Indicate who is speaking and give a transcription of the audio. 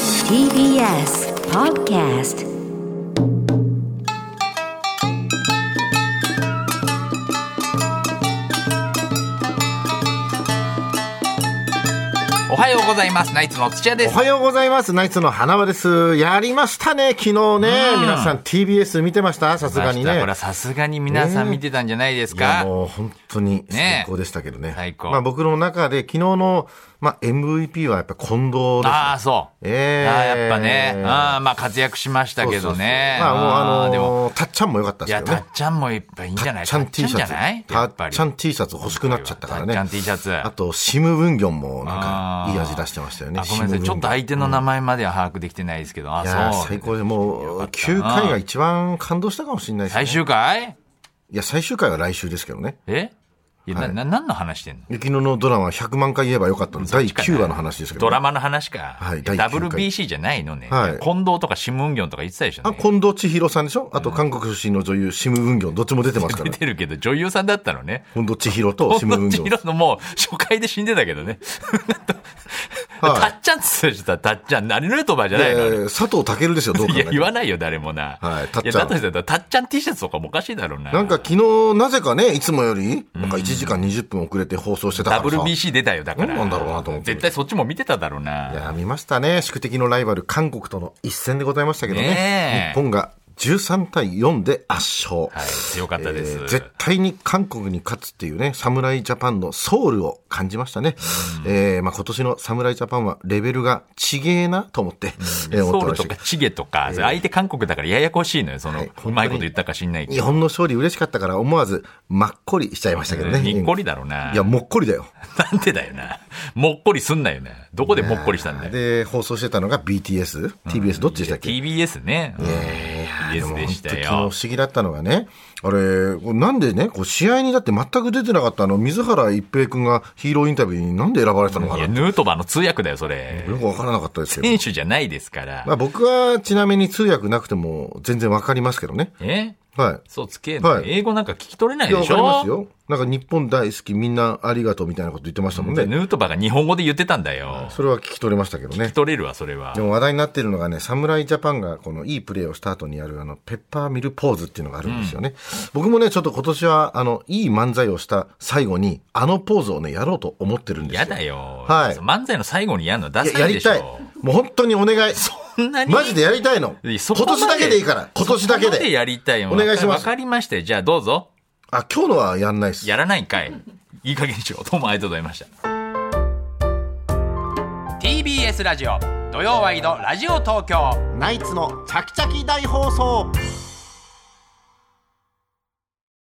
Speaker 1: TBS Podcast
Speaker 2: おはようございますナイツの土屋で
Speaker 3: お
Speaker 2: す
Speaker 3: はようございます。ナイツの花輪です。やりましたね、昨日ね。皆さん TBS 見てましたさすがに
Speaker 2: こ
Speaker 3: ね
Speaker 2: れ。はさすがに皆さん見てたんじゃないです
Speaker 3: いや
Speaker 2: か、
Speaker 3: もう本当に
Speaker 2: ね
Speaker 3: 最高でしたけどね。
Speaker 2: 最高
Speaker 3: まあ僕の中で昨日の、まあ、MVP はやっぱ近藤です、ね。
Speaker 2: ああそう、
Speaker 3: ええ
Speaker 2: ああやっぱねああまあ活躍しました
Speaker 3: そう
Speaker 2: け
Speaker 3: そうそう
Speaker 2: どね
Speaker 3: まあもうあ
Speaker 2: でも
Speaker 3: のー、たっちゃんも良かった
Speaker 2: い
Speaker 3: です
Speaker 2: や
Speaker 3: けど
Speaker 2: たっ
Speaker 3: ね。
Speaker 2: ちゃんもいっぱいいいんじゃない
Speaker 3: ちゃん T シャ
Speaker 2: たっじゃない
Speaker 3: ツ。
Speaker 2: や
Speaker 3: た
Speaker 2: っぱ
Speaker 3: っ
Speaker 2: り
Speaker 3: ちゃん T シャツ欲しくなっちゃったから
Speaker 2: た
Speaker 3: ね。
Speaker 2: っちゃん T シャツ
Speaker 3: あと、シム・ブンギョンもなんかいい味出してましたよね。
Speaker 2: あごめんなさいちょっと相手の名前までは把握できてないですけど、あ
Speaker 3: いやー
Speaker 2: そう
Speaker 3: 最高で、もう、9回が一番感動したかもしれないですね。
Speaker 2: 最終回
Speaker 3: いや、最終回は来週ですけどね。
Speaker 2: えいや、な、な、何の話してんの
Speaker 3: 昨日のドラマ100万回言えばよかったの。第9話の話ですけど、
Speaker 2: ドラ
Speaker 3: マ
Speaker 2: マの話か。
Speaker 3: はい第九回
Speaker 2: WBC じゃないのね。
Speaker 3: はい
Speaker 2: 近藤とかシムンギョンとか言ってたでしょ、
Speaker 3: あ、
Speaker 2: ね。
Speaker 3: 近藤千尋さんでしょあと韓国出身の女優、シム・ウンギョン、どっちも出てますか
Speaker 2: 出
Speaker 3: ら。
Speaker 2: てるけど、女優さんだったのね。
Speaker 3: 近藤千尋とシム・ウ
Speaker 2: 近
Speaker 3: ンギ
Speaker 2: 藤
Speaker 3: ョ
Speaker 2: 千
Speaker 3: ン。
Speaker 2: 尋のもう、初回で死んでたけどね。
Speaker 3: はい
Speaker 2: たっちゃんって言ってたでしょ、たっちゃん。何ヌートバーじゃないの、あれ
Speaker 3: えー佐藤健ですよ、どう考
Speaker 2: い
Speaker 3: え
Speaker 2: や、
Speaker 3: て
Speaker 2: 言
Speaker 3: も。
Speaker 2: わないよ、誰もな。
Speaker 3: はいたっちゃ
Speaker 2: や、
Speaker 3: ん
Speaker 2: だとしたら、たっちゃん T シャツとかもおかしいだろうな。
Speaker 3: なんか昨日、なぜかね、いつもより、なんか1時間20分遅れて放送してたからさ。い
Speaker 2: WBC 出たよ、だから。
Speaker 3: 何なんだろうなと思って
Speaker 2: 絶対そっちも見てただろうな。
Speaker 3: やー、見ましたね。宿敵のライバル、韓国との一戦でございましたけど
Speaker 2: ね
Speaker 3: ね。
Speaker 2: え
Speaker 3: 日本が13対4で圧勝。
Speaker 2: はい、強かったです。
Speaker 3: えー絶対に韓国に勝つっていうね、侍ジャパンのソウルを感じましたね。えーまあ、今年の侍ジャパンはレベルがちげえなと思って、えー思
Speaker 2: ソ
Speaker 3: っ
Speaker 2: ウ
Speaker 3: てま
Speaker 2: ルと
Speaker 3: した
Speaker 2: か
Speaker 3: けど。
Speaker 2: チゲとか、相手韓国だからややこしいのよ、その、
Speaker 3: はいう
Speaker 2: まいこと言ったか知んないけ
Speaker 3: 日
Speaker 2: ど。
Speaker 3: 本の勝利嬉しかったから思わず、まっこりしちゃいましたけどね。
Speaker 2: にっこりだろうな。
Speaker 3: いや、もっこりだよ。
Speaker 2: なんでだよな。もっこりすんなよな。どこでもっこりしたんだよ。
Speaker 3: で、放送してたのが BTS、TBS どっちでしたっけ、
Speaker 2: TBS ね。
Speaker 3: いや
Speaker 2: TBS でした
Speaker 3: でも本当
Speaker 2: よ
Speaker 3: 昨。日不思議だったのがね、あれ、なんでね、こう試合にだって全く出てなかったあの、水原一平君がヒーローインタビューになんで選ばれたのか
Speaker 2: いや、
Speaker 3: なって
Speaker 2: ヌートバーの通訳だよ、それ。
Speaker 3: よくわからなかったですけど。
Speaker 2: 選手じゃないですから
Speaker 3: ま。あ僕はちなみに通訳なくても全然わかりますけどね。
Speaker 2: え
Speaker 3: はい。
Speaker 2: そうつけん
Speaker 3: は
Speaker 2: の
Speaker 3: い
Speaker 2: 英語なんか聞き取れない
Speaker 3: いや、
Speaker 2: で
Speaker 3: わ
Speaker 2: し
Speaker 3: かりま
Speaker 2: ょ
Speaker 3: すよ。なんか日本大好き、みんなありがとうみたいなこと言ってましたもん
Speaker 2: で
Speaker 3: ね。
Speaker 2: ヌートバーが日本語で言ってたんだよ。
Speaker 3: それは聞き取れましたけど
Speaker 2: 聞き
Speaker 3: ね。
Speaker 2: 取れるわ、それは
Speaker 3: で。も話題になってるのがね、侍ジャパンがこのいいプレーをした後にやるあの、ペッパーミルポーズっていうのがあるんですよね。僕もね、ちょっと今年はあの、いい漫才をした最後に、あのポーズをね、やろうと思ってるんですよ。
Speaker 2: やだよ。
Speaker 3: はい
Speaker 2: 漫才の最後にやるのダ
Speaker 3: いや
Speaker 2: サ
Speaker 3: や
Speaker 2: いで
Speaker 3: り
Speaker 2: しょ。
Speaker 3: たい。もう本当にお願い。
Speaker 2: そんなに
Speaker 3: マジでやりたいの。
Speaker 2: いや
Speaker 3: 今
Speaker 2: そこま
Speaker 3: 年だけでいいから。今年だけ
Speaker 2: そこま
Speaker 3: で。
Speaker 2: やりたい
Speaker 3: お願いします
Speaker 2: わかりましたよ。じゃあどうぞ。
Speaker 3: あ、今日のはやんないっす。
Speaker 2: やらないんかい。 いい加減にしよう。どうもありがとうございました。TBS ラジオ、土曜ワイドラジオ東京。
Speaker 3: ナイツのチャキチャキ大放送